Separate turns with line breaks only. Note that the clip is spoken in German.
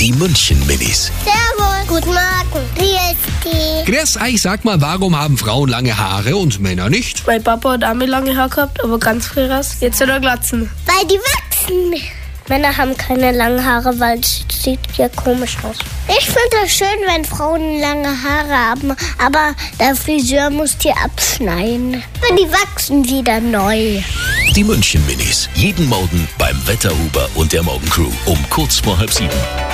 Die München Minis.
Servus. Guten Morgen. Wie
Grüß euch, sag mal, warum haben Frauen lange Haare und Männer nicht?
Mein Papa hat einmal lange Haar gehabt, aber ganz früh raus. Jetzt hat er Glatzen.
Weil die wachsen. Männer haben keine langen Haare, weil es sieht ja komisch aus. Ich finde das schön, wenn Frauen lange Haare haben, aber der Friseur muss die abschneiden. Weil die wachsen wieder neu.
Die München Minis. Jeden Morgen beim Wetterhuber und der Morgencrew um kurz vor halb sieben.